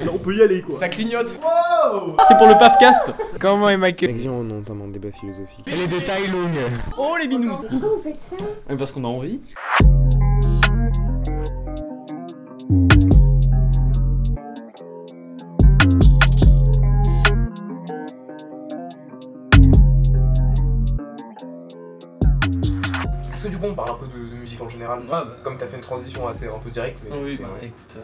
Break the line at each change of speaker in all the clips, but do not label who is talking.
Là, on peut y aller quoi.
Ça clignote.
C'est pour le PAFcast
Comment est ma queue
Viens, on entame un débat philosophique.
Elle est de taille longue.
Oh les binous
Pourquoi vous faites ça
Mais Parce qu'on a envie.
Est-ce que du coup on parle un peu de, de musique en général
Ouais, bah.
Comme t'as fait une transition assez un peu directe, mais.
Oui,
mais
bah
ouais.
écoute.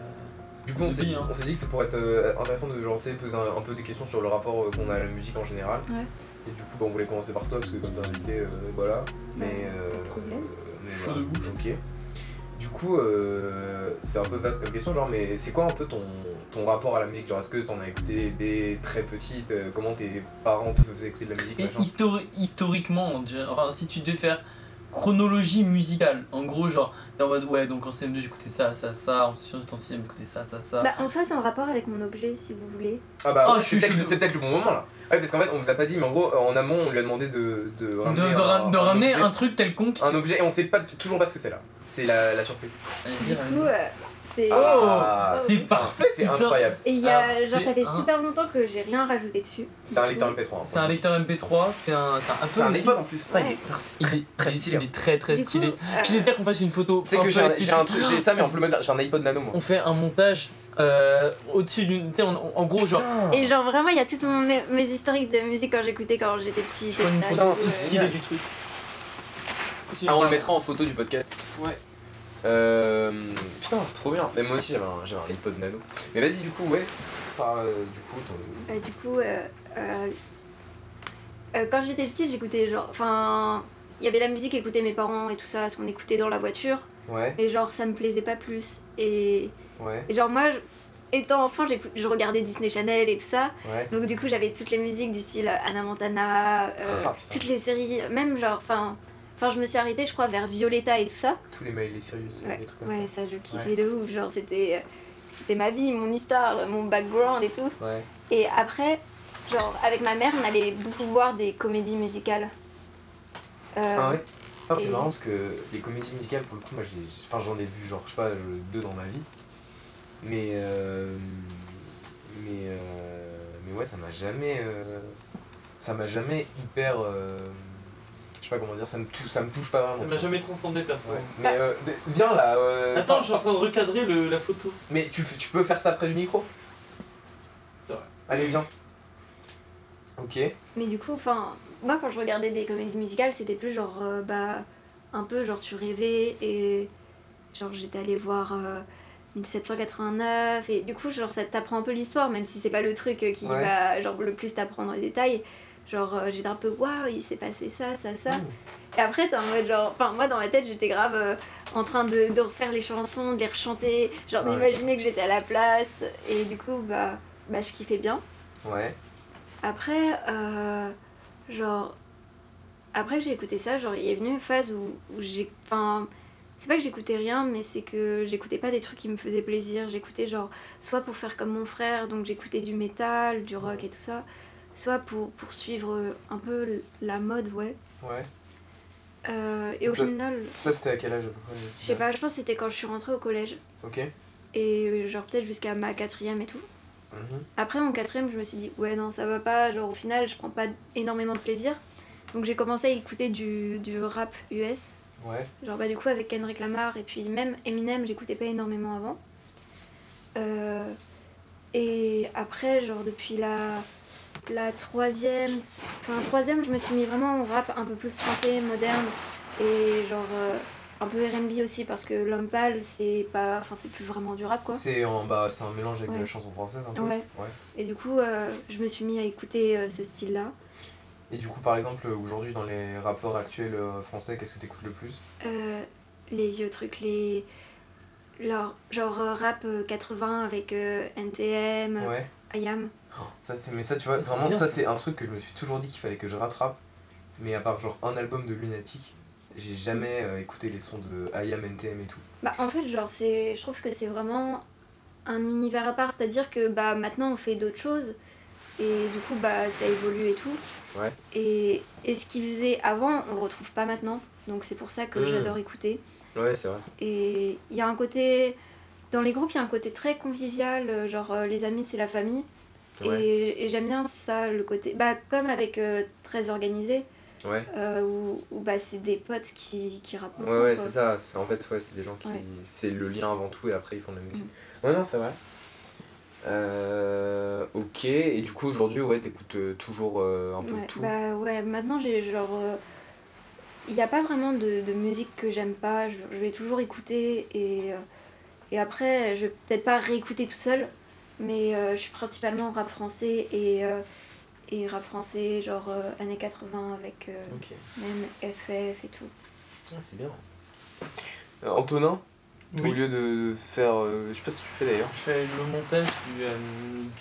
Du coup, on
c'est
s'est
bien, hein.
on s'est dit que ça pourrait être euh, intéressant de genre, tu sais, poser un, un peu des questions sur le rapport euh, qu'on a à la musique en général.
Ouais.
Et du coup, bah, on voulait commencer par toi, parce que comme t'es invité, euh, voilà. Mais. Euh,
Bah, problème.
euh, mais
Chaud
voilà.
de ouf.
Ok. Du coup, euh, c'est un peu vaste comme question, genre, mais c'est quoi un peu ton, ton rapport à la musique Genre, est-ce que t'en as écouté dès très petite euh, Comment tes parents te faisaient écouter de la musique
Et
machin
histori- historiquement, on dirait- enfin, si tu devais faire chronologie musicale, en gros, genre, t'es en mode, ouais, donc en CM2, j'écoutais ça, ça, ça, en sciences, en sixième, j'écoutais ça, ça, ça.
Bah en soi c'est en rapport avec mon objet si vous voulez.
Ah bah,
Oh, je
c'est
suis
peut-être
chaud.
c'est peut-être le bon moment là. Ouais, parce qu'en fait, on vous a pas dit, mais en gros, euh, en amont, on lui a demandé de, de
de,
ramener,
de ra-
un,
de ramener
objet,
un truc quelconque.
un objet, et on sait pas toujours pas ce que c'est là. C'est la, la surprise.
Vas-y,
Du coup
ramène.
euh, c'est...
Ah,
C'est parfait,
C'est
putain.
incroyable.
Et il y a,
Alors,
genre
c'est
ça fait
un-
super longtemps que j'ai rien rajouté dessus.
C'est un
Du
lecteur
coup,
MP3. hein.
C'est un lecteur MP3, c'est un, c'est un iPhone
C'est un
aussi.
iPod en plus.
Ouais.
Il est
Très
il est-
stylé.
il est très très
du coup,
stylé.
euh,
Je dire qu'on fasse une photo.
Tu sais
un
que
peu
j'ai un,
esthétique.
j'ai un truc, j'ai ça, mais en plus moderne, j'ai un iPod nano moi.
On fait un montage euh, au-dessus d'une. Tu sais, on- on- en gros, genre.
Et genre vraiment il y a toutes mon- mes, mes historiques de musique quand j'écoutais quand j'étais petite.
Je prends une
etc.
photo,
Du coup,
c'est
euh,
Stylé du truc.
Ah, on le mettra en photo du podcast.
Ouais.
Euh, putain, c'est trop bien. Mais moi aussi j'avais un, j'avais un iPod nano. Mais vas-y, du coup, ouais. Par, euh, du coup, ton-
Euh, du coup, euh, euh, euh, quand j'étais petite, j'écoutais genre. Enfin, il y avait la musique qu'écoutaient mes parents et tout ça, ce qu'on écoutait dans la voiture.
Ouais,
Mais genre, ça me plaisait pas plus. Et,
ouais,
et genre, moi, je- étant enfant, j'écoute- je regardais Disney Channel et tout ça.
ouais.
Donc, du coup, j'avais toutes les musiques du style Anna Montana, euh,
Ah, putain.
toutes les séries, même genre. Enfin, enfin, je me suis arrêtée, je crois, vers Violetta et tout ça.
Tous les mails, les Sirius,
Ouais.
les trucs comme
Ouais, ça, je kiffais de ouf. Genre, c'était. euh, C'était ma vie, mon histoire, mon background et tout.
ça. Ouais.
Et après, genre avec ma mère, on allait beaucoup voir des comédies musicales. Euh,
Ah ouais Non, c'est
Et-
marrant parce que les comédies musicales, pour le coup, moi, j'ai, j'ai- enfin, j'en ai vu, genre, je sais pas, je- deux dans ma vie. Mais, euh, mais, euh, mais ouais, ça m'a jamais, euh, ça m'a jamais hyper, euh, je sais pas comment dire, ça me touche, ça me touche pas vraiment.
Ça m'a jamais transcendé perso.
Ouais. Mais euh, d- viens là. euh,
Attends, je suis en train de recadrer le- la photo.
Mais tu, fais- tu peux faire ça près du micro
C'est vrai.
Allez, viens. Ok.
Mais du coup, enfin, moi quand je regardais des comédies musicales, c'était plus genre, euh, bah, un peu genre tu rêvais et genre j'étais allée voir euh, 1789 et du coup, genre ça t'apprend un peu l'histoire, même si c'est pas le truc euh, qui
Ouais.
va genre le plus t'apprendre les détails. Genre euh, j'étais un peu, waouh, il s'est passé ça, ça, ça.
Mmh.
Et après, t'es en mode genre, enfin, moi dans ma tête, j'étais grave euh, en train de, de refaire les chansons, de les rechanter, genre
Ouais.
d'imaginer que j'étais à la place et du coup, bah, bah je kiffais bien.
Ouais.
Après, euh, genre, après que j'ai écouté ça, genre, il est venu une phase où, où j'ai. Enfin, c'est pas que j'écoutais rien, mais c'est que j'écoutais pas des trucs qui me faisaient plaisir. J'écoutais, genre, soit pour faire comme mon frère, donc j'écoutais du métal, du rock et tout ça, soit pour, pour suivre un peu l- la mode, ouais.
Ouais.
Euh, et au
Ça-
final,
Ça, c'était à quel âge à peu près
je sais pas, je pense que c'était quand je suis rentrée au collège,
Ok.
et euh, genre, peut-être jusqu'à ma quatrième et tout.
Mhm.
Après mon quatrième, je me suis dit ouais non ça va pas, genre au final je prends pas énormément de plaisir. Donc j'ai commencé à écouter du, du rap US,
Ouais.
genre bah du coup avec Kendrick Lamar et puis même Eminem j'écoutais pas énormément avant. Euh, et après genre depuis la, la troisième, enfin troisième je me suis mis vraiment au rap un peu plus français, moderne et genre euh, un peu R&B aussi parce que l'homme pâle c'est pas, enfin c'est plus vraiment du rap quoi.
C'est en- bah, c'est un mélange avec
Ouais.
la chanson française un peu.
Ouais. Et du coup euh, je me suis mis à écouter euh, ce style là.
Et du coup, par exemple, aujourd'hui, dans les rapports actuels euh, français, qu'est-ce que t'écoutes le plus
Euh, les vieux trucs, les. Leur, genre euh, rap euh, 80 avec euh, NTM, euh,
Ouais.
IAM.
Ça, c'est, mais ça, tu vois,
Ça, c'est
vraiment,
bien,
ça,
ça.
c'est un truc que je me suis toujours dit qu'il fallait que je rattrape. Mais à part, genre, un album de Lunatic, j'ai jamais euh, écouté les sons de IAM, NTM et tout.
Bah, en fait, genre, c'est, je trouve que c'est vraiment un univers à part. C'est-à-dire que bah, maintenant, on fait d'autres choses. Et du coup, bah, ça évolue et tout.
Ouais.
Et, et ce qu'ils faisaient avant, on le retrouve pas maintenant. Donc, c'est pour ça que
Mm.
j'adore écouter.
Ouais, c'est vrai.
Et il y a un côté dans les groupes, il y a un côté très convivial, euh, genre euh, les amis, c'est la famille.
Ouais.
Et, et j'aime bien ça, le côté. Bah, comme avec euh, Très Organisé,
Ouais.
euh, où, où, bah, c'est des potes qui, qui rappent
Ouais,
ensemble,
ouais,
quoi.
c'est ça. C'est- En fait, ouais, c'est des gens qui.
Ouais. Mm.
C'est le lien avant tout et après ils font de la musique. Ouais, non, c'est vrai. Euh, ok, et du coup aujourd'hui, ouais, t'écoutes euh, toujours euh, un peu
Ouais,
tout.
bah ouais, maintenant j'ai genre. Il n'y a pas vraiment de, de musique que j'aime pas, je, je vais toujours écouter et, euh, et après je vais peut-être pas réécouter tout seul, mais euh, je suis principalement rap français et, euh, et rap français genre euh, années 80 avec euh,
Ok,
même FF et tout.
Ah, c'est bien. Euh, Antonin,
Oui.
au lieu de faire. euh, je sais pas ce que tu fais d'ailleurs.
Je fais le montage du, euh,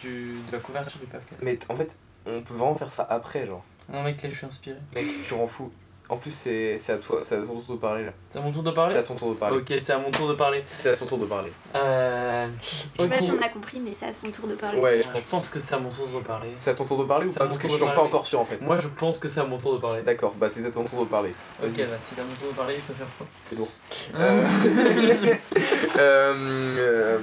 du- de la couverture du podcast.
Mais t- en fait, on peut vraiment faire ça après, genre.
Non, mec, là, je suis inspiré.
Mec, tu rends fou. En plus, c'est c'est à toi, c'est à ton tour de parler là.
C'est à mon tour de
C'est
parler
à ton tour de parler.
Ok, c'est à mon tour de parler.
C'est à son tour de parler.
Euh...
Je sais pas
ok.
si on a compris, mais c'est à son tour de parler.
Ouais,
Ouais,
je pense.
Je pense que c'est à mon tour de parler.
C'est à ton tour de parler ou
C'est à
pas
mon
Parce que
tour
je
de
suis pas
parler.
encore sûr en fait.
Moi, je pense que c'est à mon tour de parler.
D'accord, bah c'est à ton tour de parler.
Ok,
Vas-y.
là, c'est à mon tour de parler, je dois faire quoi
C'est lourd. Euh, euh, euh,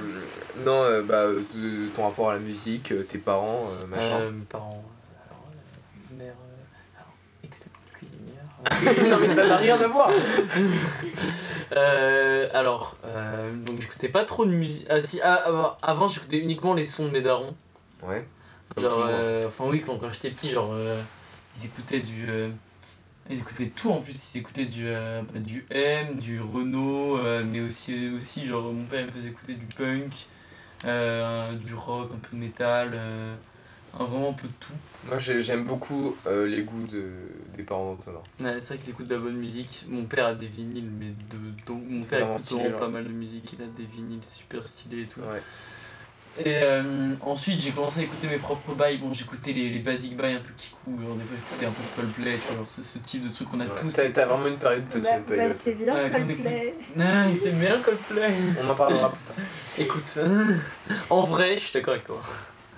non, euh, bah, euh, de- ton rapport à la musique, euh, tes parents, euh, machin.
Euh, Mes parents. euh, Alors, euh, mère. euh, alors, excellente cuisinière.
Euh. non, mais ça n'a rien à voir.
Euh, alors, euh, donc j'écoutais pas trop de musique. Ah, si, ah, avant- avant, j'écoutais uniquement les sons de mes darons.
Ouais. Comme tout
Genre,
le monde.
euh, enfin oui, quand, quand j'étais petit, genre, euh, ils écoutaient du... euh, ils écoutaient tout en plus, ils écoutaient du, euh, bah, du M, du Renault, euh, mais aussi, aussi, genre, mon père il me faisait écouter du punk, euh, du rock, un peu de métal, euh, un- vraiment un peu de tout.
Moi j'ai- j'aime beaucoup euh, les goûts de, des parents d'Antonin.
Ouais, c'est vrai qu'ils écoutent de la bonne musique. Mon père a des vinyles, mais de, donc mon père
Vraiment
écoute
stylé,
vraiment
ouais.
pas mal de musique. Il a des vinyles super stylés et tout.
Ouais.
Et euh, ensuite, j'ai commencé à écouter mes propres bails. Bon, j'écoutais les, les basic bails un peu qui coulent. Genre, des fois, j'écoutais un peu de Coldplay, tu vois, genre ce, ce type de truc qu'on a
Ouais.
tous.
T'as t'as vraiment une période de
Bah,
une
bah,
période.
c'est bien,
Ouais, comme des
Coldplay.
Non, mais c'est bien Coldplay.
On en parlera plus tard.
Écoute, en vrai, je suis d'accord avec toi.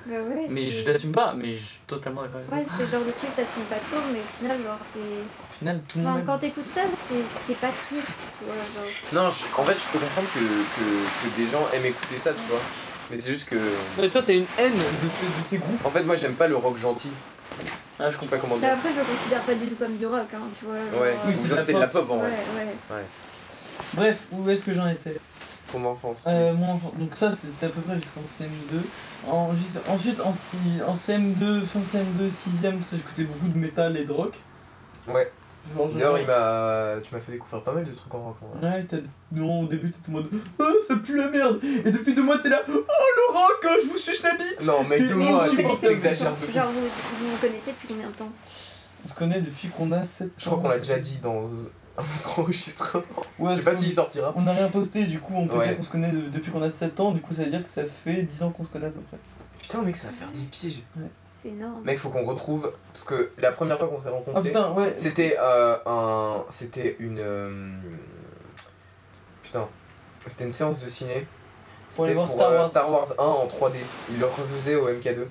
Bah ouais,
Mais je
c'est-
l'assume pas, mais je suis totalement d'accord avec toi.
Ouais, c'est le genre de truc, t'assumes pas trop, mais au final, genre, c'est.
Au final, tout le
Enfin,
monde. aime.
quand t'écoutes ça, c'est- t'es pas triste, tu vois. Genre.
Non, je- en fait je peux comprendre que, que, que des gens aiment écouter ça, tu vois. Mais c'est juste que.
Mais toi, t'as une haine de ces, de ces groupes.
En fait moi j'aime pas le rock gentil.
Ah, je
Je sais pas comment
Mais
dire.
Bah, après, je le considère pas du tout comme du rock, hein, tu vois. genre,
Ouais,
euh,
Oui,
ou genre, c'est de la pop en
ouais,
vrai.
ouais.
Bref, où est-ce que j'en étais
Ton enfance.
Euh, mon enfant- donc ça c'est- c'était à peu près jusqu'en CM2. En, juste, ensuite en, si- en CM2, fin CM2, 6ème, tout ça j'écoutais beaucoup de métal et de rock.
Ouais.
Genre, je-
D'ailleurs, il m'a... tu m'as fait découvrir pas mal de trucs en rock. en vrai.
Ouais, t'as- non, au début t'es tout le monde Oh, ça pue la merde Et depuis deux mois t'es là Oh le rock, euh, je vous suce la bite
Non, mec,
T'es
deux
Mais
mois,
vous
t'ex-
connaissez-
t'exagères de ouf.
hein. Genre, vous, vous vous connaissez depuis combien de temps
On se connaît depuis qu'on a 7
Je crois qu'on l'a déjà dit dans un autre enregistrement.
Ouais,
je sais pas
parce qu'on-
s'il sortira.
On n'a rien posté, du coup on peut
Ouais.
dire qu'on se connaît de- depuis qu'on a 7 ans, du coup ça veut dire que ça fait 10 ans qu'on se connaît à peu près.
Putain, mec, ça va faire 10 piges.
C'est énorme.
Mec, faut qu'on retrouve. Parce que la première fois qu'on s'est
Ah
rencontrés,
putain, ouais
c'était euh, un. C'était une. euh, Putain. C'était une séance de ciné.
Pour aller
C'était
voir Star
euh,
Wars.
Star Wars 1 en 3D. Il le refaisait au MK2.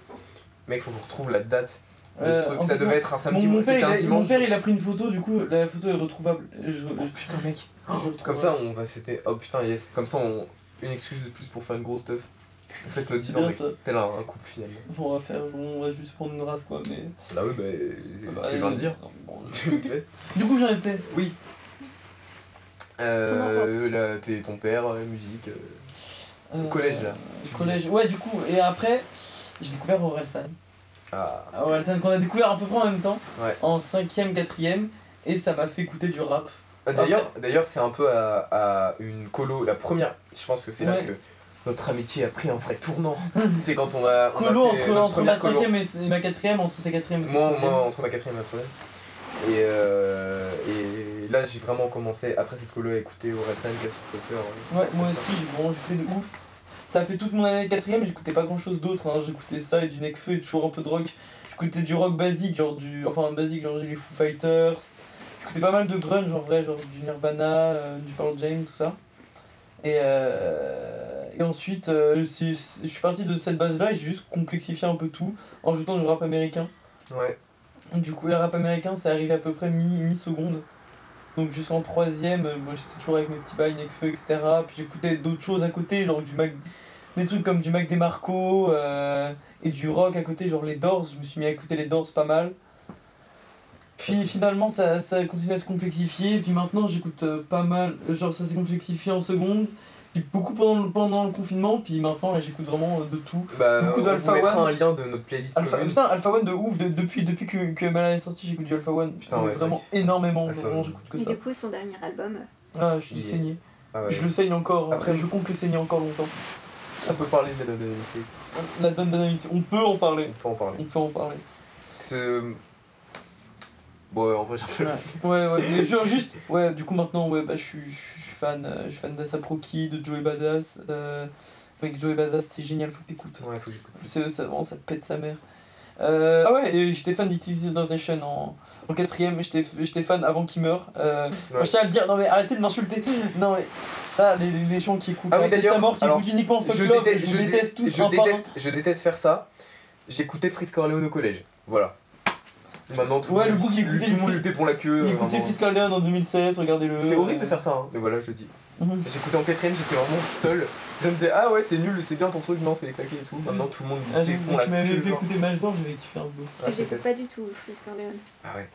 Mec, faut qu'on retrouve la date de
Euh,
ce truc.
en
Ça
plus,
devait être un
Mon,
samedi,
mon père,
c'était
il
un
a, mon
dimanche.
père il a pris une photo, du coup la photo est retrouvable. Je- je-
Oh putain, mec.
je retrouve-
Comme ça, on va se fêter. Oh putain, yes. Comme ça, on. Une excuse de plus pour faire une grosse stuff. En fait, nos 10 ans,
Bien,
mec.
ça.
Tel un, un couple finalement.
on va faire, on va juste prendre une race quoi. Mais
Bah oui, bah. C'est ce que je viens de dire.
Bon,
Tu me fais.
euh, Du coup, j'en étais.
Oui. Euh. là, t'es ton père, la musique. euh.
Euh,
collège, là.
au Collège. Ouais, du coup, et après, j'ai découvert Orelsan.
Ah.
Orelsan qu'on a découvert à peu près en même temps,
Ouais.
en 5ème, 4ème, et ça m'a fait écouter du rap.
Ah, D'ailleurs, d'ailleurs, c'est un peu à, à une colo. La première. Je pense que c'est là
Ouais.
que notre amitié a pris un vrai tournant. c'est quand on a. on a
Colo
fait
entre,
notre
entre
première
ma
colo.
5ème et, et ma 4ème, entre sa 4ème et sa
Moi,
5ème.
moi, entre ma quatrième et ma troisième. Et, euh, et là, j'ai vraiment commencé, après cette colo, à écouter Orelsan, euh, Castle Flutter.
Ouais, moi aussi, j'ai bon, j'ai fait de ouf. Ça fait toute mon année de quatrième, j'écoutais pas grand chose d'autre. hein. J'écoutais ça et du Necfeu et toujours un peu de rock. J'écoutais du rock basique, genre du. Enfin, basique, genre les Foo Fighters. J'écoutais pas mal de grunge en vrai, genre du Nirvana, euh, du Pearl Jam, tout ça. Et, euh, et ensuite, euh, c'est- c'est- je suis parti de cette base là et j'ai juste complexifié un peu tout en ajoutant du rap américain.
Ouais.
Du coup, le rap américain, c'est arrivé à peu près mi- mi-seconde. Donc jusqu'en troisième, euh, moi j'étais toujours avec mes petits bails, Nekfeu, etc. Puis j'écoutais d'autres choses à côté, genre du Mac... des trucs comme du Mac DeMarco euh, et du rock à côté, genre les Doors. Je me suis mis à écouter les Doors pas mal. Puis finalement, ça, ça continue à se complexifier. Puis maintenant, j'écoute euh, pas mal. Genre, ça s'est complexifié en seconde. Puis beaucoup pendant, le- pendant le confinement. Puis maintenant, là, j'écoute vraiment euh, de tout.
Bah,
Beaucoup
on
d'Alpha
vous mettra
One.
un lien de notre playlist
Alpha,
commune.
putain, Alpha One de ouf. de- depuis, depuis que, que MLA est sorti, j'écoute du Alpha One. Putain,
Putain, ouais,
vraiment
c'est vrai.
énormément.
Alpha
vraiment,
One.
j'écoute que
Et
Bah, ça.
du coup, son dernier album, euh,
Ah, je suis
Il est-
saigné.
Ah ouais.
Je le saigne encore. hein.
Après-
je compte le saigner encore longtemps.
On peut parler de la de- de- de-
La donne dynamite, on peut en parler.
On peut en parler.
On peut en parler.
Ce... Bon, ouais, en vrai, j'ai un peu...
Ouais, ouais, ouais. Mais genre juste, ouais, du coup maintenant, ouais, bah, je suis je suis- je suis fan, euh, je suis fan d'Assa Proki, de Joey Badass. Euh, avec Joey Badass, c'est génial, faut que t'écoutes.
Ouais, faut que j'écoute.
C'est ça, vraiment, ça pète sa mère. Euh, ah ouais, et j'étais fan d'XXX Nation en, en quatrième, j'étais j'étais fan avant qu'il meure. Euh,
Ouais.
Je tiens à le dire, non mais arrêtez de m'insulter. Non mais, ah, les, les, les gens qui écoutent,
Ah oui,
arrêtez
d'ailleurs,
sa mort, qui
alors,
écoutent uniquement Fuck
je
Love,
déteste,
je vous
dé-
déteste tous,
je
un par un.
déteste, je déteste faire ça. J'écoutais Frisk Corleone au collège. Voilà. Maintenant, tout,
Ouais,
le
le
monde-
goût d'écouter
tout le monde
Frisk-
luttait pour la queue. euh,
Écoutez
vraiment.
Fiscal Leon en 2016, regardez-le.
C'est horrible de
Euh,
faire ça, hein. mais voilà, je le dis.
mhm.
J'écoutais en quatrième, j'étais vraiment seul. Je me disais, ah ouais, c'est nul, c'est bien ton truc, non, c'est les claqués et tout. Maintenant, tout le monde
Ah,
luttait
j'ai-
pour la
tu m'avais
queue.
fait
genre.
écouter Matchboard, j'avais kiffé un peu.
Ah,
j'écoute
peut-être.
pas du tout Frisk Corleone.
Ah ouais.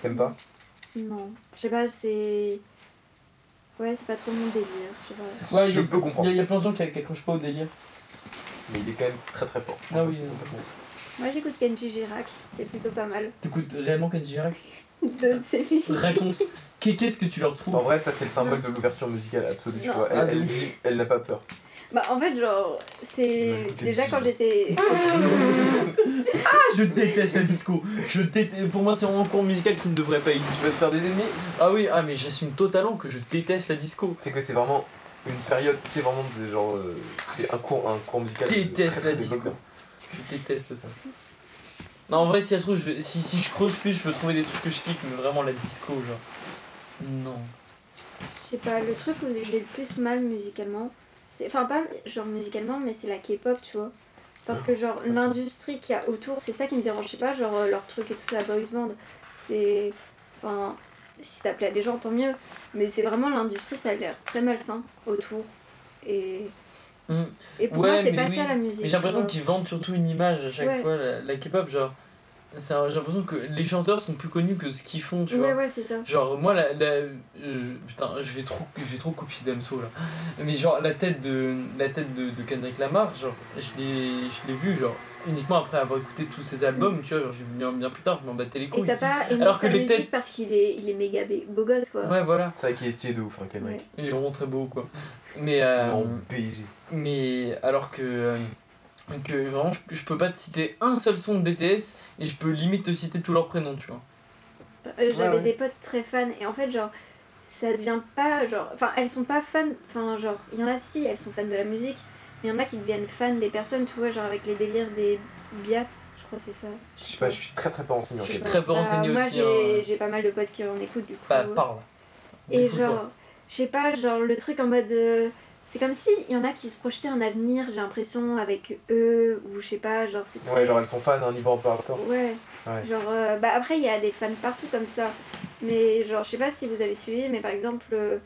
T'aimes pas
Non, je sais pas, c'est. Ouais, c'est pas trop mon délire. Je sais pas.
Ouais,
Je
il-
peux comprendre.
Il y, a plein de gens qui qui accrochent pas au délire.
Mais il est quand même très très fort.
Ah oui,
C'est
euh,
complètement-
Moi j'écoute Kenji Girac, c'est plutôt pas mal.
T'écoutes réellement Kenji Girac
D'autres, c'est musiques.
Raconte. Qu'est- Qu'est-ce que tu leur
En
trouves
vrai, ça c'est le symbole de l'ouverture musicale absolue, tu
Non.
vois.
Ah,
Elle,
de
elle
ouf.
dit, elle n'a pas peur.
Bah en fait, genre,
Moi,
c'est.
j'écoutais
Déjà
Kenji
quand j'étais.
Ah, je déteste le disco. Je déteste... Pour moi, c'est vraiment un cours musical qui ne devrait pas
Tu
exister.
veux te faire des ennemis
Ah oui, ah mais j'assume totalement que je déteste la disco.
C'est que c'est vraiment une période, c'est vraiment de genre. euh, c'est un cours, un cours musical. de-
Déteste
très, très
la disco.
développé.
Je déteste ça. Non, en vrai, si ça se trouve, je vais- si, si je creuse plus, je peux trouver des trucs que je kiffe, mais vraiment la disco, genre. Non.
Je sais pas, le truc où j'ai le plus mal musicalement, c'est. Enfin, pas genre musicalement, mais c'est la K-pop, tu vois. Parce que, genre, l'industrie qu'il y a autour, c'est ça qui me dérange. Je sais pas, genre, euh, leur truc et tout ça, Boys Band, c'est. Enfin, si ça plaît à des gens, tant mieux. Mais c'est vraiment l'industrie, ça a l'air très malsain autour. Et.
Hmm.
Et pour
Ouais,
moi, c'est
mais
pas
oui.
ça la musique.
Mais j'ai l'impression
tu
qu'ils vendent surtout une image à chaque
Ouais.
fois, la, la K-pop, genre. c'est un- J'ai l'impression que les chanteurs sont plus connus que ce qu'ils font, tu
vois.
vois.
Ouais, ouais, c'est ça.
Genre, moi, la. la- euh, putain, je vais trop, je vais trop copier Damso là. Mais genre, la tête de, la tête de, de Kendrick Lamar, genre, je l'ai je l'ai vu, genre, uniquement après avoir écouté tous ses albums, tu vois. Genre, j'ai vu bien, bien plus tard, je m'en battais les
Et
couilles.
t'as pas aimé
Alors que
sa
les
musique
têtes-
parce qu'il est, il est méga bé- beau gosse, quoi.
Ouais, voilà.
C'est vrai qu'il est stylé de ouf, hein, Kendrick.
Ouais.
Il est vraiment très beau, quoi. Mais. euh,
En BG.
Mais alors que, euh, que vraiment, je, je peux pas te citer un seul son de BTS et je peux limite te citer tous leurs prénoms, tu vois.
Euh, J'avais
ouais.
des potes très fans et en fait genre ça devient pas genre enfin elles sont pas fans enfin genre il y en a si elles sont fans de la musique mais il y en a qui deviennent fans des personnes tu vois genre avec les délires des bias je crois que c'est ça Bah,
Je sais pas, je suis très très pas renseigné en
Je suis
fait.
très peu renseigné
moi
aussi,
j'ai
hein.
j'ai pas mal de potes qui en écoutent du coup
Bah, parle.
et
Défoule-toi.
genre je sais pas genre le truc en mode euh, c'est comme si il y en a qui se projetaient un avenir j'ai l'impression avec eux ou je sais pas genre c'est très
Ouais, genre elles sont fans d'un niveau un peu hardcore.
Ouais.
Ouais.
Genre, euh, bah après, il y a des fans partout comme ça. Mais genre, je sais pas si vous avez suivi, mais par exemple, euh,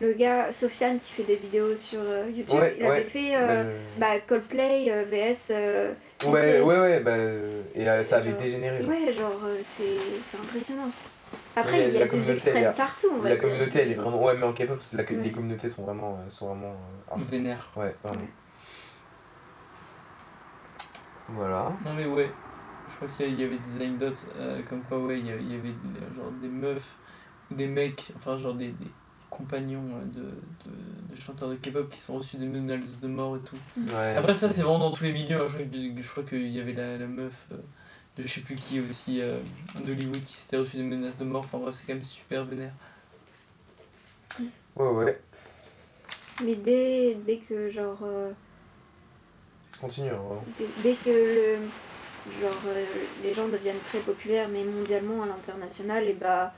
le gars Sofiane qui fait des vidéos sur euh, YouTube,
Ouais,
il avait
ouais.
fait euh,
Bah,
bah, Coldplay euh, VS. euh,
je- ouais,
BTS.
ouais, ouais, bah. euh, Et là, ça avait
Genre-
dégénéré. genre.
Ouais, genre, euh, c'est c'est impressionnant.
Mais
Après, il
la
y a des
communauté,
extrêmes
elle a-
partout. on va
La
dire.
communauté, elle est vraiment. Ouais, mais en K-pop, c'est la-
Ouais.
les communautés sont vraiment. euh, sont vraiment euh,
On
hard.
vénère.
Ouais, vraiment.
Ouais.
Voilà.
Non, mais ouais. Je crois qu'il y a- il y avait des anecdotes euh, comme quoi, ouais, il y a- il y avait euh, genre des meufs ou des mecs, enfin, genre des, des compagnons euh, de, de, de chanteurs de K-pop qui sont reçus des menaces de mort et tout.
Ouais.
Après ça c'est vraiment dans tous les milieux, hein. je crois que- je crois qu'il y avait la, la meuf euh, de je sais plus qui aussi euh, d'Hollywood qui s'était reçue des menaces de mort, enfin bref c'est quand même super vénère.
Ouais, ouais.
Mais dès, dès que, genre, euh,
Continue. hein, vraiment.
dès, dès que le, genre, euh, les gens deviennent très populaires, mais mondialement, à l'international, et bah,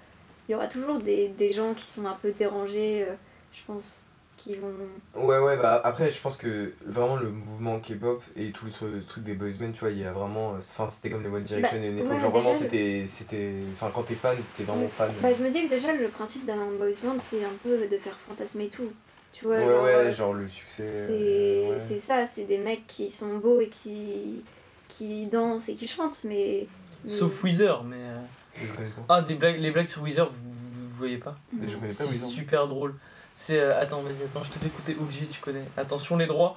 il y aura toujours des, des gens qui sont un peu dérangés, euh, je pense, qui qui vont.
Ouais, ouais, bah après, je pense que vraiment le mouvement K-pop et tout le tru- truc des boys band, tu vois, il y a vraiment. euh, Enfin, c'était comme les One Direction et une époque.
Bah, ouais,
genre, vraiment,
déjà, le-
c'était. c'était Enfin, quand t'es fan, t'es vraiment
Ouais.
fan.
Bah, je me dis que déjà, le principe d'un boys band, c'est un peu de faire fantasmer tout. Tu vois,
Ouais,
genre,
ouais,
euh,
genre le succès.
c'est
euh, ouais.
c'est ça, c'est des mecs qui sont beaux et qui, qui dansent et qui chantent, mais. mais-
Sauf Weezer, mais. euh,
Je connais pas.
Ah, des blagues, les blagues sur Weezer, vous, vous, vous voyez pas
Je connais pas
C'est
Wizard.
super drôle. C'est. euh, attends, vas-y, attends, je te fais écouter obligé, tu connais. Attention, les droits.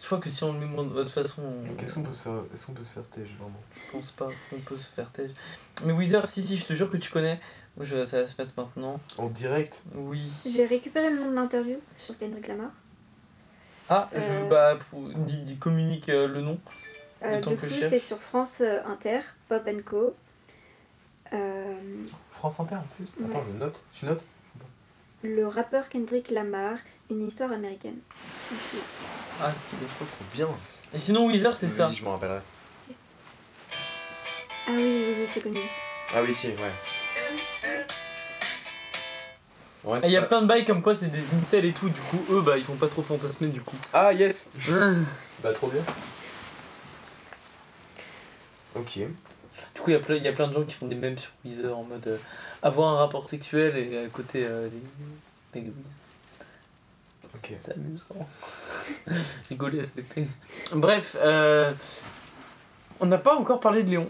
Je crois que si on le met moins de toute façon, on-
Qu'est-ce qu'on peut se faire Est-ce qu'on peut se faire têche vraiment
je pense pas qu'on peut se faire têche. Mais Weezer, si, si, je te jure que tu connais. Je, ça va se mettre maintenant.
En direct
Oui.
J'ai récupéré le nom de l'interview sur Kendrick Lamar.
Ah, je,
Euh.
bah, pour- dis- dis- communique euh, le nom.
Euh,
Le temps
du
que
coup,
je cherche.
c'est sur France euh, Inter, Pop and Co. Euh,
France Inter en plus Attends,
Ouais.
je note. Tu notes
le rappeur Kendrick Lamar, une histoire américaine. C'est celui-là.
Ah, stylé.
Trop trop bien
Et sinon, Weezer, c'est ça.
Vas-y, Je m'en rappellerai.
Ah oui, oui, oui, c'est connu.
Ah oui, si, ouais. Ouais,
Et
c'est
il Ah, y a
pas-
plein de bails comme quoi c'est des incels et tout, du coup eux bah ils font pas trop fantasmer du coup.
Ah yes Bah trop bien. Ok.
Du coup il y a plein- il y a plein de gens qui font des mêmes sur Weezer en mode euh, avoir un rapport sexuel et à côté euh, les mecs de Weezer.
Ok.
C'est amusant. Rigoler SPP. Bref, euh, on n'a pas encore parlé de Léon.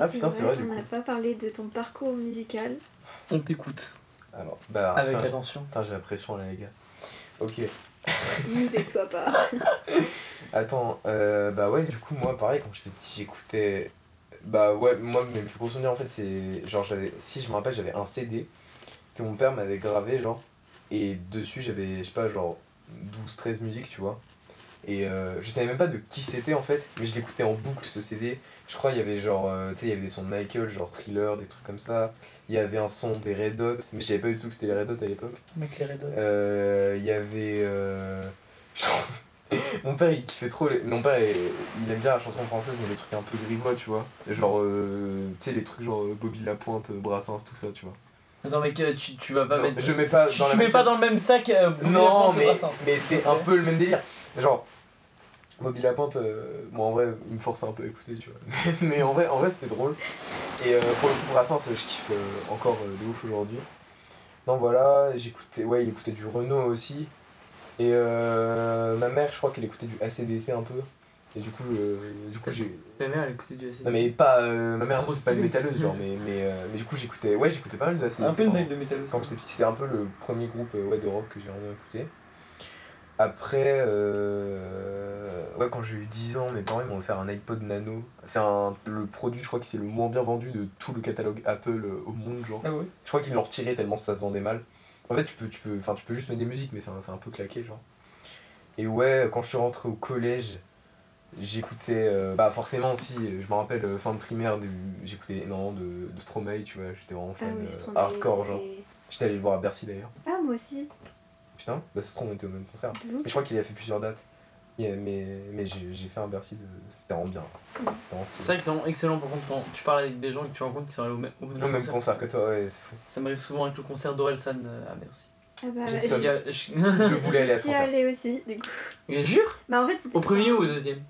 Ah, putain, c'est vrai,
qu'on
du
n'a
coup.
pas parlé de ton parcours musical.
On t'écoute
Alors,
Ah,
bah
avec
putain,
attention.
putain, j'ai la pression là les gars. Ok.
Ne nous déçois
Ah,
pas.
Attends, euh, bah ouais, du coup, moi, pareil, quand j'étais petit, j'écoutais. Bah ouais, moi, mes plus gros souvenirs, en fait, c'est. Genre, j'avais. Si je me rappelle, j'avais un CD que mon père m'avait gravé, genre. Et dessus, j'avais, je sais pas, genre 12-13 musiques, tu vois. Et euh, je savais même pas de qui c'était, en fait, mais je l'écoutais en boucle, ce CD. Je crois, il y avait genre. euh, tu sais, il y avait des sons de Michael, genre thriller, des trucs comme ça. Il y avait un son des Red Hot, mais je savais pas du tout que c'était les Red Hot à l'époque. Euh, Il y avait. euh, Mon père il kiffait trop. Les... Mon père il il aime bien la chanson française, mais les trucs un peu grivois, tu vois. Genre, euh, tu sais, les trucs genre euh, Bobby Lapointe, euh, Brassens, tout ça, tu vois.
Attends mec euh, tu, tu vas pas
Non,
mettre...
je mets pas
tu,
dans
tu
la
mets
même
pas
case.
dans le même sac euh, Bobby
Non,
Lapointe et
mais,
Brassens.
mais c'est un peu le même délire. Genre, Bobby Lapente, euh, moi en vrai, il me forçait un peu à écouter, tu vois. mais en vrai, en vrai c'était drôle. Et euh, pour le coup, Brassens, euh, je kiffe euh, encore euh, de ouf aujourd'hui. Non, voilà, j'écoutais, ouais, il écoutait du Renault aussi. Et euh, ma mère, je crois qu'elle écoutait du ACDC un peu. Et du coup, euh, du coup j'ai.
Ta mère elle écoutait du ACDC.
Non, mais pas. euh, ma
C'est
mère,
trop
c'est pas une
stylé.
métalleuse, genre, mais, mais, euh, mais du coup, j'écoutais. Ouais, j'écoutais pas mal de ACDC.
Un peu le
pendant-
mec de métal
quand j'étais petit, c'est un peu le premier groupe euh, ouais, de rock que j'ai vraiment écouté. Après, euh, ouais, quand j'ai eu 10 ans, mes parents ils m'ont offert un iPod Nano. C'est un- le produit, je crois que c'est le moins bien vendu de tout le catalogue Apple euh, au monde. Genre.
Ah ouais
Je crois qu'ils l'ont retiré tellement ça se vendait mal. En fait, tu peux, tu peux, enfin, tu peux juste mettre des musiques, mais c'est un, c'est un peu claqué, genre. Et ouais, quand je suis rentré au collège, j'écoutais, euh, bah forcément aussi, euh, je me rappelle, euh, fin de primaire, du- j'écoutais énormément de, de Stromae, tu vois, j'étais vraiment
Ah
fan
oui,
euh,
Stromae,
hardcore, genre.
c'était-
J'étais allé le voir à Bercy d'ailleurs.
Ah, moi aussi.
Putain, bah ça se trouve, on était au même concert.
De ouf.
Mais je crois qu'il a fait plusieurs dates. Il y a- mais mais j'ai j'ai fait un Bercy de. C'était vraiment bien. C'était en
C'est
style.
vrai que c'est vraiment excellent par contre quand tu parles avec des gens et que tu rencontres qui sont allés au même, au même
Au même
concert.
concert que toi, ouais, c'est fou.
Ça m'arrive souvent avec le concert d'Orelsan euh, à Bercy.
Ah bah,
J'ai
j'y-
Ça,
Il y a- je-
Ah,
Je voulais aller à
j'y
ce
suis
concert.
allée aussi, du coup.
Je jure
Bah, en fait, c'était.
Au premier ou au deuxième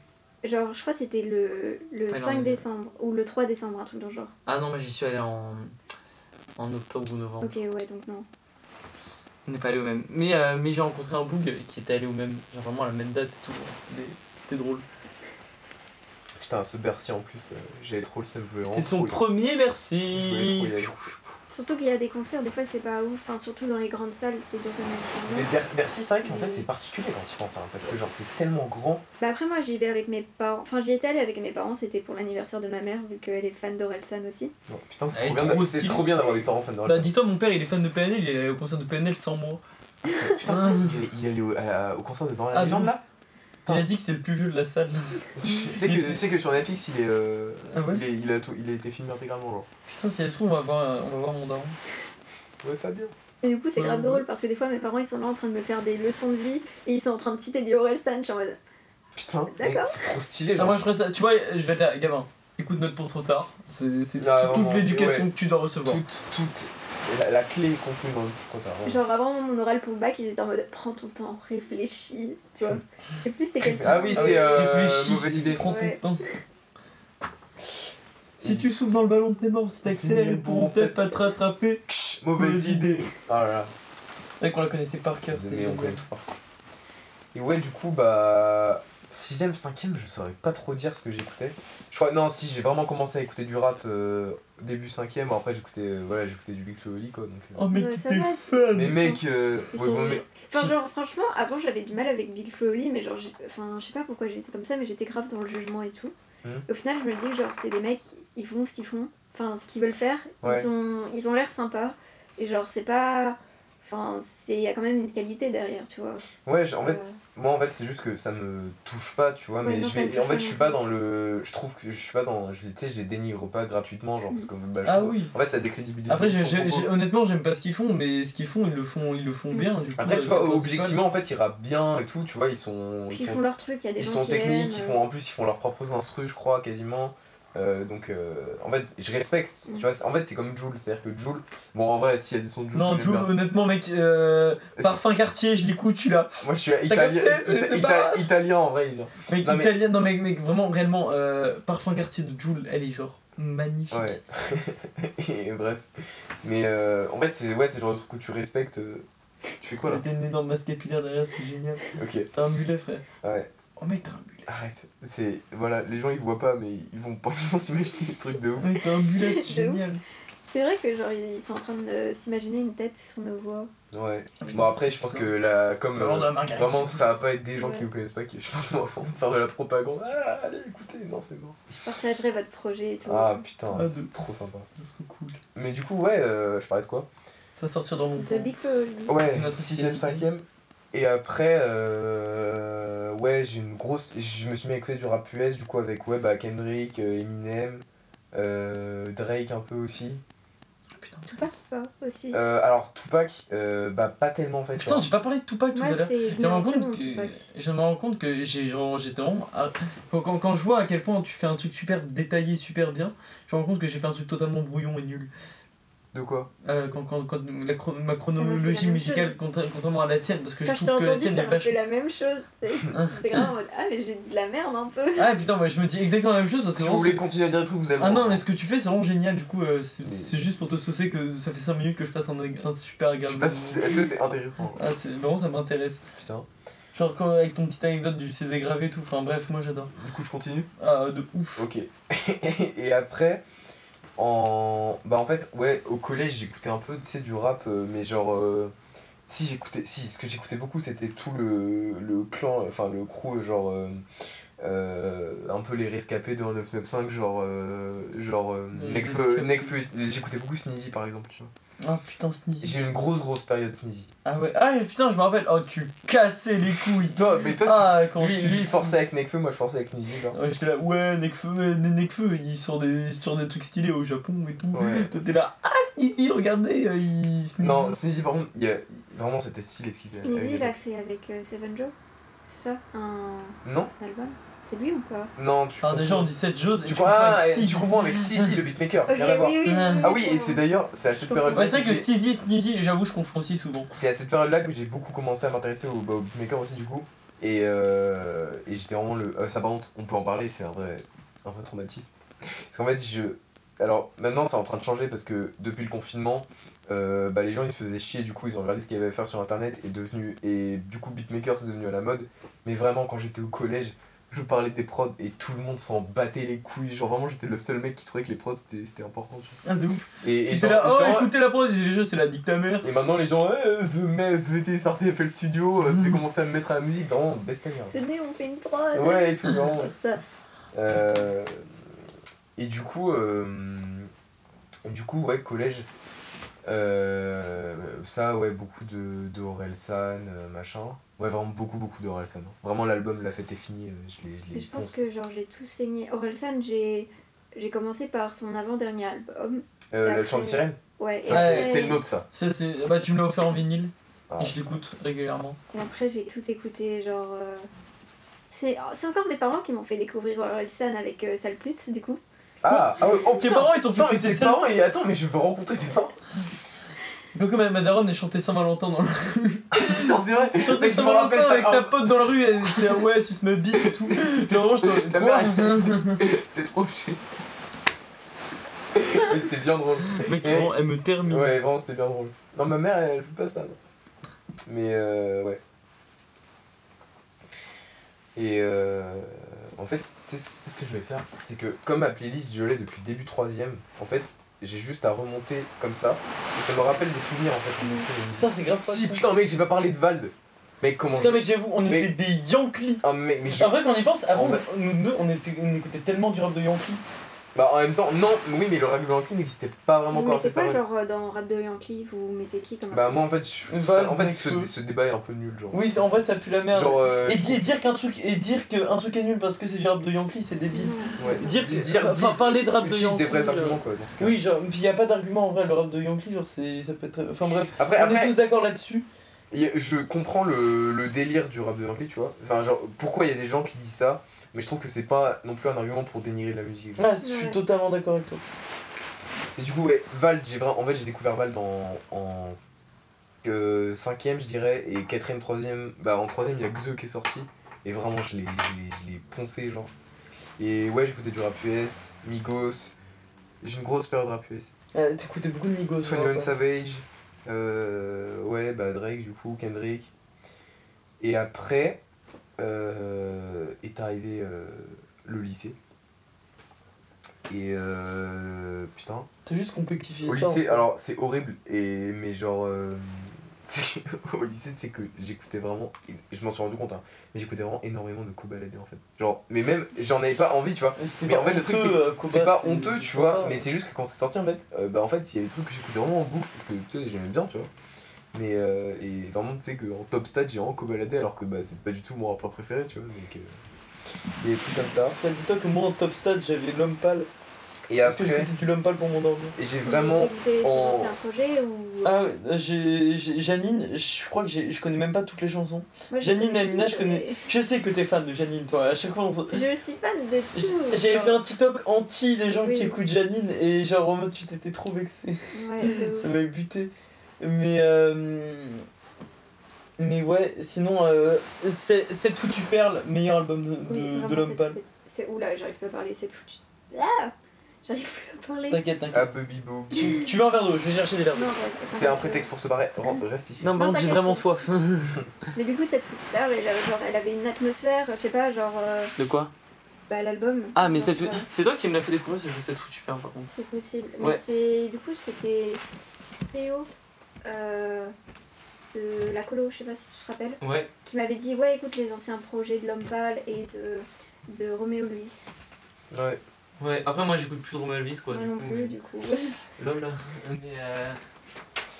Genre, je crois que c'était le, le
non,
5
mais-
décembre ou le 3 décembre, un truc dans le genre.
Ah non, mais j'y suis allé en, en octobre ou novembre.
Ok, ouais, donc non.
On n'est pas allé au même. Mais, euh, mais j'ai rencontré un boug qui était allé au même, genre vraiment à la même date et tout. C'était, c'était drôle.
Putain, ce Bercy en plus, euh, j'avais trop le seum. je voulais
C'était son
vraiment trop y-
premier
je voulais
merci.
trop y aller.
Surtout qu'il y a des concerts, des fois c'est pas ouf, enfin surtout dans les grandes salles, c'est dur quand
Mais
même.
Ber- Bercy, c'est vrai qu'en fait, c'est particulier quand tu y penses, hein, parce que genre, c'est tellement grand.
Bah après moi j'y vais avec mes parents, enfin j'y étais allée avec mes parents, c'était pour l'anniversaire de ma mère vu qu'elle est fan d'Orelsan aussi.
Non, putain,
Elle
c'est
est
trop, bien
Eh, trop
d'a- c'est
stylée.
trop bien d'avoir des parents fans de
Bah
Rammstein.
dis-toi, mon père il est fan de PNL, il est allé au concert de PNL sans moi.
Putain, c'est vrai qu'il est- il est allé au, à- au concert de Dans la
Ah,
légende
de
là
Il a dit que c'était le plus vieux de la salle.
Tu sais que, tu sais que sur Netflix, il est. euh,
Ah ouais
il, est- il a tout- il a été filmé intégralement, genre.
Putain, si elle se trouve, on va voir, euh, on va voir mon daron.
Ouais, Fabien.
Et du coup c'est grave
Ouais.
drôle parce que des fois mes parents ils sont là en train de me faire des leçons de vie et ils sont en train de citer du Orelsan, je suis en mode
Putain,
D'accord.
mec, c'est trop stylé.
Ah,
Genre.
moi je ferais ça, tu vois, je vais être là, gamin, écoute notre pour trop tard. C'est, c'est
Ah,
toute
vraiment,
l'éducation
ouais.
que tu dois recevoir.
Toutes- toutes- Et la, la clé est contenue dans le trop tard. ouais.
Genre avant mon oral pour le bac, ils étaient en mode prends ton temps, réfléchis, tu vois. Je sais plus c'est quel
Ah oui,
Ah
c'est
ouais,
euh,
réfléchis,
mauvaise idée.
Prends ton
Ouais.
temps. Si tu souffles dans le ballon, t'es mort. Si t'accélères, ils pourront peut-être pas te rattraper.
Mauvaise
Mauvaise
idée. Oh là là.
Mec, on la connaissait par cœur, c'était
Désolé, on
génial.
connaît tout. Et ouais, du coup, bah. 6ème, 5ème, je saurais pas trop dire ce que j'écoutais. Je crois, non, si, j'ai vraiment commencé à écouter du rap euh, début 5ème, après j'écoutais euh, voilà, j'écoutais du Big Flo et Oli, quoi. Donc, euh.
Ah
Oh, mec,
Ouais, ça
t'es
va,
fun!
Mais
ils
mec, euh,
Ils
ouais,
sont-
bon, mais-
Enfin, genre, franchement, avant j'avais du mal avec Big Flo et Oli, mais genre, j'ai- enfin, je sais pas pourquoi j'étais comme ça, mais j'étais grave dans le jugement et tout.
Mhm.
Au final, je me dis que genre, c'est des mecs, ils font ce qu'ils font, enfin, ce qu'ils veulent faire,
Ouais.
ils ont ils ont l'air sympas, et genre, c'est pas. Enfin, c'est- il y a quand même une qualité derrière, tu vois.
ouais, j'- en fait,
Euh,
moi en fait, c'est juste que ça me touche pas, tu vois,
Ouais,
mais
non,
je
ça me
vais,
touche
en fait,
pas
je suis
non
pas
plus.
dans le. Je trouve que je suis pas dans. je- Tu sais, je les dénigre pas gratuitement, genre, parce que bah, je
Ah
trouve-
oui.
En fait, ça décrédibilise.
Après,
tout
j'ai-
ton
j'ai-
propos.
j'ai- honnêtement, j'aime pas ce qu'ils font, mais ce qu'ils font, ils le font, ils le font bien. Du coup,
Après,
euh,
tu vois,
c'est le principal.
objectivement, en fait, ils rappent bien et tout, tu vois, ils sont.
puis
Ils
ils
sont
font leur truc, il y a des hein.
ils
gens
sont
qui
techniques, ils
aiment,
font en plus ils font leurs propres instrus, je crois quasiment. Euh, donc euh, en fait, je respecte.
Mm.
Tu vois, c'est- en fait, c'est comme Joule, c'est-à-dire que Joule, bon en vrai, s'il y a des sons de Joule,
Non,
j'aime
Joule,
bien.
honnêtement, mec, euh,
que-
parfum quartier, je l'écoute, tu l'as.
moi je suis italien,
capté, c'est-
ita-
c'est
ita-
pas-
italien en vrai. il est-
Mec,
Non, mais-
italien, non, mec, mec, vraiment, réellement, euh, parfum quartier de Joule, elle est genre magnifique.
Ouais. Et bref, mais euh, en fait, c'est ouais, c'est le genre de truc où tu respectes. euh, Tu fais quoi là
T'as une énorme masse capillaire derrière, c'est génial.
Ok,
T'as un mulet, frère.
ouais,
Oh, mec, t'as un mulet.
arrête. C'est voilà, les gens ils voient pas, mais ils vont pas ils vont s'imaginer des trucs de ouf.
Mec, t'as un mulet, c'est
De ouf.
génial.
C'est vrai que genre ils sont en train de s'imaginer une tête sur nos voix.
Ouais.
Ah, Putain,
Bon après,
c'est- hein.
je pense que là, comme euh,
Vraiment, la margarine.
Vraiment, ça va pas être des gens qui
Ouais.
vous connaissent pas qui, je pense, vont faire de la propagande. Ah, allez, écoutez, non, c'est bon.
Je partagerai votre projet et tout.
Ah putain,
Ah, de-
c'est trop sympa.
Ça serait cool.
Mais du coup, ouais, euh, je parlais de quoi
Ça sortir dans mon
de
temps.
Big Flo et Oli.
Ouais,
Notre
6ème,
spécificité.
5ème. Et après, euh, ouais, j'ai une grosse. Je me suis mis à écouter du rap US, du coup, avec ouais, bah, Kendrick, euh, Eminem, euh, Drake un peu aussi.
Putain,
Tupac ou pas aussi.
Euh, alors, Tupac, euh, bah, pas tellement en fait.
Putain
genre.
j'ai pas parlé de Tupac tout à
Moi
l'heure.
c'est
Je me
venu en
rends compte
second
que,
Tupac.
je me rends compte que j'ai genre j'étais vraiment à- quand, quand, quand je vois à quel point tu fais un truc super détaillé super bien je me rends compte que j'ai fait un truc totalement brouillon et nul
De quoi
Euh, quand, quand, quand la chro- ma
m'a fait la
chronologie
même
musicale contra- contrairement à la tienne parce que
Quand
je
je t'ai
trouve que la
entendu,
tienne
ça
est
m'a fait
vachement
la même chose. c'est- C'était grave en mode Ah, mais j'ai de la merde un peu.
ah putain moi je me dis exactement la même chose parce que
Si vous
vraiment,
voulez
ce-
continuer à dire des trucs, vous avez.
ah
le
non
droit.
mais ce que tu fais c'est vraiment génial du coup euh, c'est
Mais-
c'est juste pour te saucer que ça fait 5 minutes que je passe un, un super
Je
agréable
sais pas si-
moment.
Est-ce que c'est intéressant
ah c'est vraiment ça m'intéresse
Putain.
genre quand, avec ton petite anecdote du c'est dégravé et tout enfin bref moi j'adore
Du coup, je continue
ah de ouf
Ok. et après, en. Bah, en fait, ouais, au collège, j'écoutais un peu, tu sais, du rap, euh, mais genre. euh, Si j'écoutais. Si, ce que j'écoutais beaucoup, c'était tout le, le clan, enfin, le crew, genre. euh, euh, un peu les rescapés de 1995, genre. euh, genre. euh,
Les
Nekfeu.
rescapés.
Nekfeu et- J'écoutais beaucoup Sneezy, par exemple, tu vois.
ah putain Sneezy
J'ai eu une grosse, grosse période Sneezy.
Ah ouais, ah putain, je me rappelle. Oh, tu cassais les couilles.
Toi, mais toi,
Ah, quand
lui,
tu-
lui, il forçait avec Nekfeu, moi, je forçais avec Sneezy, genre.
Ouais, j'étais là, ouais, Nekfeu, ouais, Ne- Nekfeu, il sort des, sur des trucs stylés au Japon et tout.
Ouais.
Toi, t'es là, ah, Sneezy, regardez, euh, il se-
Non, Sneezy, par contre, il y a... vraiment, c'était stylé ce qu'il faisait.
Sneezy, il l'a fait avec euh, Seven Joe. C'est ça Un
Non,
album C'est lui ou pas
non, tu.
Alors, déjà,
confonds.
on dit 7 choses.
Tu,
et
crois, ah,
avec
et
Sneezy.
tu confonds avec Sisi le beatmaker,
Ok,
rien à voir.
oui, oui, oui, oui,
Ah oui,
je
et c'est
comprends.
d'ailleurs, c'est à cette
Je
période-là
Ouais, Bah, c'est vrai
que
que
j'ai-
Sneezy, Sneezy, j'avoue, je confonds aussi souvent.
c'est à cette période-là que j'ai beaucoup commencé à m'intéresser au, bah, au beatmaker aussi du coup. Et, euh, et j'étais vraiment le. ah, ça par contre, on peut en parler, c'est un vrai, un vrai traumatisme. Parce qu'en fait, je. Alors maintenant, c'est en train de changer parce que depuis le confinement, euh, bah, les gens ils se faisaient chier, du coup ils ont regardé ce qu'il y avait à faire sur internet et devenu. Et du coup, beatmaker c'est devenu à la mode. Mais vraiment, quand j'étais au collège, je parlais des prods et tout le monde s'en battait les couilles. Genre vraiment, j'étais le seul mec qui trouvait que les prods c'était c'était important. tu vois.
Ah, de ouf.
Et, et,
J'étais
genre-
là, oh,
genre-
écoutez la prod, les jeux, c'est la dick ta mère.
et maintenant les gens, eh, veux- mais VT sorti fait le studio, euh, fais commencer à me mettre à la musique, vraiment best time. hein.
Venez, on fait une prod.
Ouais, et tout, vraiment.
Ça.
Euh, et du coup, euh, du coup, ouais, collège, euh, ça, ouais, beaucoup de, de Orelsan, euh, machin. Ouais, vraiment beaucoup, beaucoup de Orelsan. hein. Vraiment, l'album La Fête est finie, euh, je l'ai- je l'ai
Et je pense
poncé.
que genre j'ai tout saigné. Orelsan, j'ai j'ai commencé par son avant-dernier album.
Euh, le
après-
chant de sirène,
Ouais, et
ça,
Ouais.
c'était- c'était le nôtre, ça.
Ça, c'est. Bah, tu me l'as offert en vinyle.
Ah.
Et je l'écoute régulièrement.
Et après, j'ai tout écouté, genre. euh, C'est c'est encore mes parents qui m'ont fait découvrir Orelsan avec euh, Sale Pute, du coup.
Ah, ah ouais, oh
Tes
putain,
parents, ils t'ont fait
non, mais
écouter
tes
ça.
parents, et attends, mais je veux rencontrer tes parents.
Quoique ma ma daronne ait chanté Saint-Valentin dans la rue.
Putain, c'est vrai!
Chanté
Mec, je me rappelle,
Saint-Valentin avec
t'as-
sa pote dans la rue, elle disait ah ouais, suce ma bite et tout. C'était vraiment, j'étais
Ta
en mode,
mère, elle- C'était trop chiant. Mais c'était bien drôle.
Mec,
Et-
vraiment, elle me termine.
Ouais, vraiment, c'était bien drôle. Non, ma mère, elle, elle fait pas ça. non. Mais euh, ouais. Et euh, en fait, c'est c'est ce que je vais faire. C'est que comme ma playlist, je l'ai depuis début 3 en fait, j'ai juste à remonter comme ça. Et ça me rappelle des souvenirs en fait. des souvenirs.
Putain, c'est grave pas
Si,
con.
putain, mec, j'ai pas parlé de Vald. Mec, comment
Putain,
je-
mais j'avoue, on
Mais-
était des Yankees.
Ah, mec, mais je-
En vrai, quand on y pense, avant,
En vrai-
nous deux, on, était, on écoutait tellement du rap de Yankee.
Bah, en même temps, non, oui, mais le rap Yankee n'existait pas vraiment
Vous
quand
mettez
Ah, c'est
pas
paru.
genre euh, dans Rap de Yankee, vous mettez qui comme
Bah,
artiste
moi, en fait, je-
Vald,
ça- en fait
Nekfeu.
ce, ce débat est un peu nul, genre.
Oui, c'est- en vrai, ça pue la merde.
Genre, euh,
et,
je
di- et dire qu'un truc, et dire qu'un truc est nul parce que c'est du rap de Yankee, c'est débile.
Non.
Ouais.
Dire,
Dis-
dire,
dire- dis-
parler de rap de
utilise
Yankee.
des vrais
genre.
arguments quoi. dans ce cas.
Oui, genre, puis y a pas d'argument en vrai, le rap de Yankee, genre, c'est, ça peut être. Enfin bref,
Après,
on est
après
tous d'accord là-dessus.
il y a- je comprends le, le délire du rap de Yankee, tu vois. Enfin, genre, pourquoi il y a des gens qui disent ça, mais je trouve que c'est pas non plus un argument pour dénigrer la musique. genre.
Ah, je suis
Ouais.
totalement d'accord avec toi.
Mais du coup, ouais, Vald, j'ai vraiment. En fait, j'ai découvert Vald en. en 5ème, je dirais, et 4ème, 3ème. Bah, en 3ème, il y a Xe qui est sorti. Et vraiment, je l'ai je l'ai- je l'ai poncé, genre. Et ouais, j'écoutais du rap US, Migos. J'ai une grosse période rap US.
Euh, T'écoutais beaucoup de Migos. je me
21
rappelle.
Savage, euh, ouais, bah Drake du coup, Kendrick. Et après euh, est arrivé euh, le lycée. Et euh, putain,
T'as juste complexifié
au
ça. en
lycée,
fait.
alors c'est horrible, et, mais genre euh, au lycée, tu sais que j'écoutais vraiment, je m'en suis rendu compte, hein, mais j'écoutais vraiment énormément de Kobalade en fait. Genre, mais même, j'en avais pas envie, tu vois.
C'est
mais
pas
en fait, le truc,
honteux, euh, Koba,
Bah, C'est pas honteux, tu vois,
pas-
mais c'est juste que quand c'est sorti en fait, euh, bah en fait, il y a des trucs que j'écoutais vraiment en boucle parce que tu sais, j'aimais bien, tu vois. Mais euh, et vraiment, tu sais, qu'en top stade, j'ai vraiment cobaladé alors que bah c'est pas du tout mon rapport préféré, tu vois. Donc, euh, il y a des trucs comme ça.
Enfin, Dis-toi que moi en top stade j'avais l'homme pâle.
Et
Parce que
après,
j'écoutais du l'homme pâle pour mon dormir.
et j'ai
Vous
vraiment.
écoutez ses
en-
anciens projets ou.
Ah, ouais, euh, j'ai j'ai- Janine, je crois que j'ai- je connais même pas toutes les chansons.
Moi, je
Janine
connais
et Amina,
tout,
je connais. Je sais que t'es fan de Janine, toi, à chaque fois on se-
mais Je suis fan de tout.
J'ai- J'avais fait un TikTok anti les gens qui
Oui.
écoutent Janine et genre en mode tu t'étais trop vexé.
Ouais, de ouf.
Ça m'avait buté. Mais euh, Mais ouais, sinon, euh, c'est- cette foutue perle, meilleur album de,
Oui,
de, de
vraiment, c'est
l'homme pâle.
tout- C'est oula, j'arrive plus à parler, c'est foutu. Ah J'arrive plus à parler. Non,
T'inquiète, t'inquiète.
Ah, Bubby Boo.
Tu, tu veux un verre d'eau, je vais chercher des verres d'eau.
bref, enfin,
C'est un
tu-
prétexte pour se barrer, Ren- reste ici.
Non,
par contre, j'ai t'inquiète, vraiment c'est-
soif.
Mais du coup, cette foutue perle, elle, avait- genre, elle avait une atmosphère, je sais pas, genre. euh,
De quoi
bah, l'album.
Ah, mais
Genre,
cette-
je sais pas.
c'est toi qui me l'as fait découvrir, c'est cette foutue perle par contre.
C'est possible. Mais
Ouais.
c'est. Du coup, c'était Théo euh, de la colo, je sais pas si tu te rappelles,
Ouais.
qui m'avait dit Ouais, écoute les anciens projets de l'homme pâle et de, de Roméo Luis.
Ouais.
Ouais, après moi j'écoute plus de Romain Elvis quoi.
Moi
du
non
coup,
plus,
mais-
du coup.
Lol. Mais euh...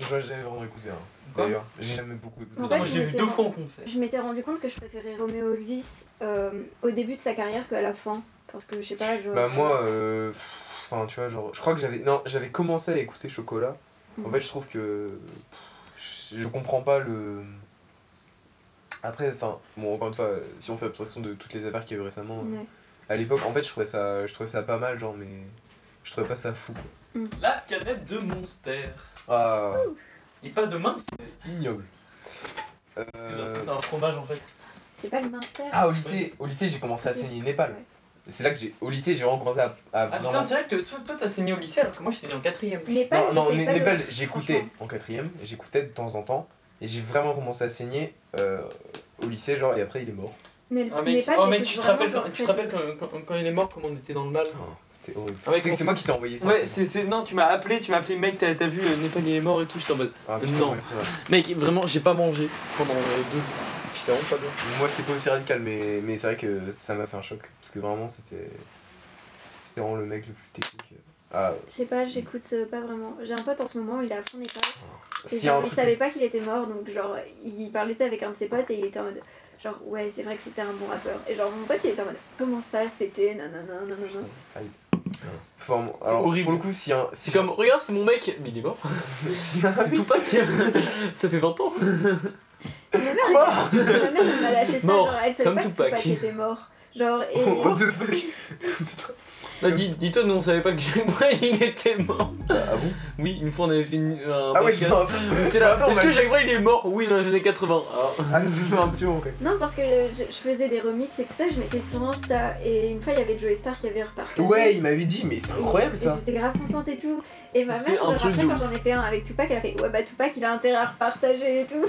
J'ai jamais vraiment écouté, hein.
Quoi
D'ailleurs, j'ai jamais beaucoup écouté.
En
Putain,
fait,
moi
je
je l'ai
me
vu
suis
deux
dit-
fois en concert.
Je m'étais rendu compte que je préférais Roméo Elvis euh, au début de sa carrière qu'à la fin. Parce que je sais pas, je.
Bah moi, euh, pff, enfin tu vois, genre, je crois que j'avais, non, j'avais commencé à écouter Chocolat. En
Mhm.
fait, je trouve que pff, je je comprends pas le. Après, enfin, bon, encore une fois, euh, si on fait abstraction de toutes les affaires qu'il y a eu récemment, euh,
Ouais.
à l'époque, en fait, je trouvais ça, je trouvais ça pas mal, genre, mais je trouvais pas ça fou. quoi.
La canette de Monster.
Ah,
Et pas de mince,
ignoble. Euh,
parce que c'est un fromage en fait.
C'est pas le minster.
Ah, au lycée, au lycée, j'ai commencé à saigner Népal.
Ouais.
C'est là que j'ai, au lycée, j'ai vraiment commencé à, à
Ah
vraiment-
putain, c'est vrai que toi toi, t'as saigné au lycée alors que moi j'étais né en quatrième.
Népal,
Non,
Bah, je
non,
sais
Né-
pas de-
Népal, j'écoutais
franchement.
en quatrième, j'écoutais de temps en temps, et j'ai vraiment commencé à saigner euh, au lycée, genre, et après il est mort.
Né-
Ah mec,
Népal,
oh, mec
j'écoute
tu te
vraiment,
rappelles,
genre,
quand, tu te
très-
rappelles quand, quand- quand il est mort, comment on était dans le mal
Putain, C'était horrible.
Ah ouais,
c'est
quand
c'est moi qui t'ai envoyé ça.
Ouais, c'est, c'est- Non, tu m'as appelé, tu m'as appelé, mec, t'as, t'as vu, euh, Népal il est mort et tout, j'étais en mode.
Ah, putain,
Non.
ouais, c'est vrai.
Mec, vraiment, j'ai pas mangé pendant euh, deux jours. J'étais vraiment pas bien.
Moi c'était pas aussi radical, mais, mais c'est vrai que ça m'a fait un choc. Parce que vraiment c'était. C'était vraiment le mec le plus technique. Ah,
Je sais pas, j'écoute euh, pas vraiment. J'ai un pote en ce moment, il est à fond Népal. Et
si
genre,
un
il
truc.
savait pas qu'il était mort, donc genre, il parlait avec un de ses potes et il était en mode. Genre, ouais, c'est vrai que c'était un bon rappeur. Et genre, mon pote, il était en mode. Comment ça, c'était Nanana, nanana.
Forme.
c'est
Alors,
horrible.
pour le coup, si un. Si
C'est comme, regarde, c'est mon mec, mais il est mort.
si un-
C'est Tupac Ça fait 20 ans
C'est ma mère, elle- c'est ma mère elle m'a lâché ça,
Mort,
genre, elle savait
comme
pas que
Tupac.
Oh,
oh. Tupac était mort. Genre, et.
What the fuck Putain.
Bah, dis- Dis-toi, nous on savait pas que Jack Brel il était mort.
Ah bon
Oui, une fois on avait fait une-
euh,
un
Ah ouais, je
podcast. T'es là, Est-ce que Jack Brel il est mort Oui, dans les années 80. Ah.
Ah, ça fait un petit moment, quoi.
Non, parce que je, je faisais des remixes et tout ça, je mettais sur Insta. Et une fois, il y avait Joey Star qui avait repartagé.
Ouais, il m'avait dit, mais c'est
Et-
incroyable
et
ça.
J'étais grave contente et tout. Et ma mère,
C'est un
genre,
truc
après,
de
quand
ouf.
j'en ai fait un avec Tupac, elle a fait Ouais, bah Tupac, il a intérêt à repartager et tout.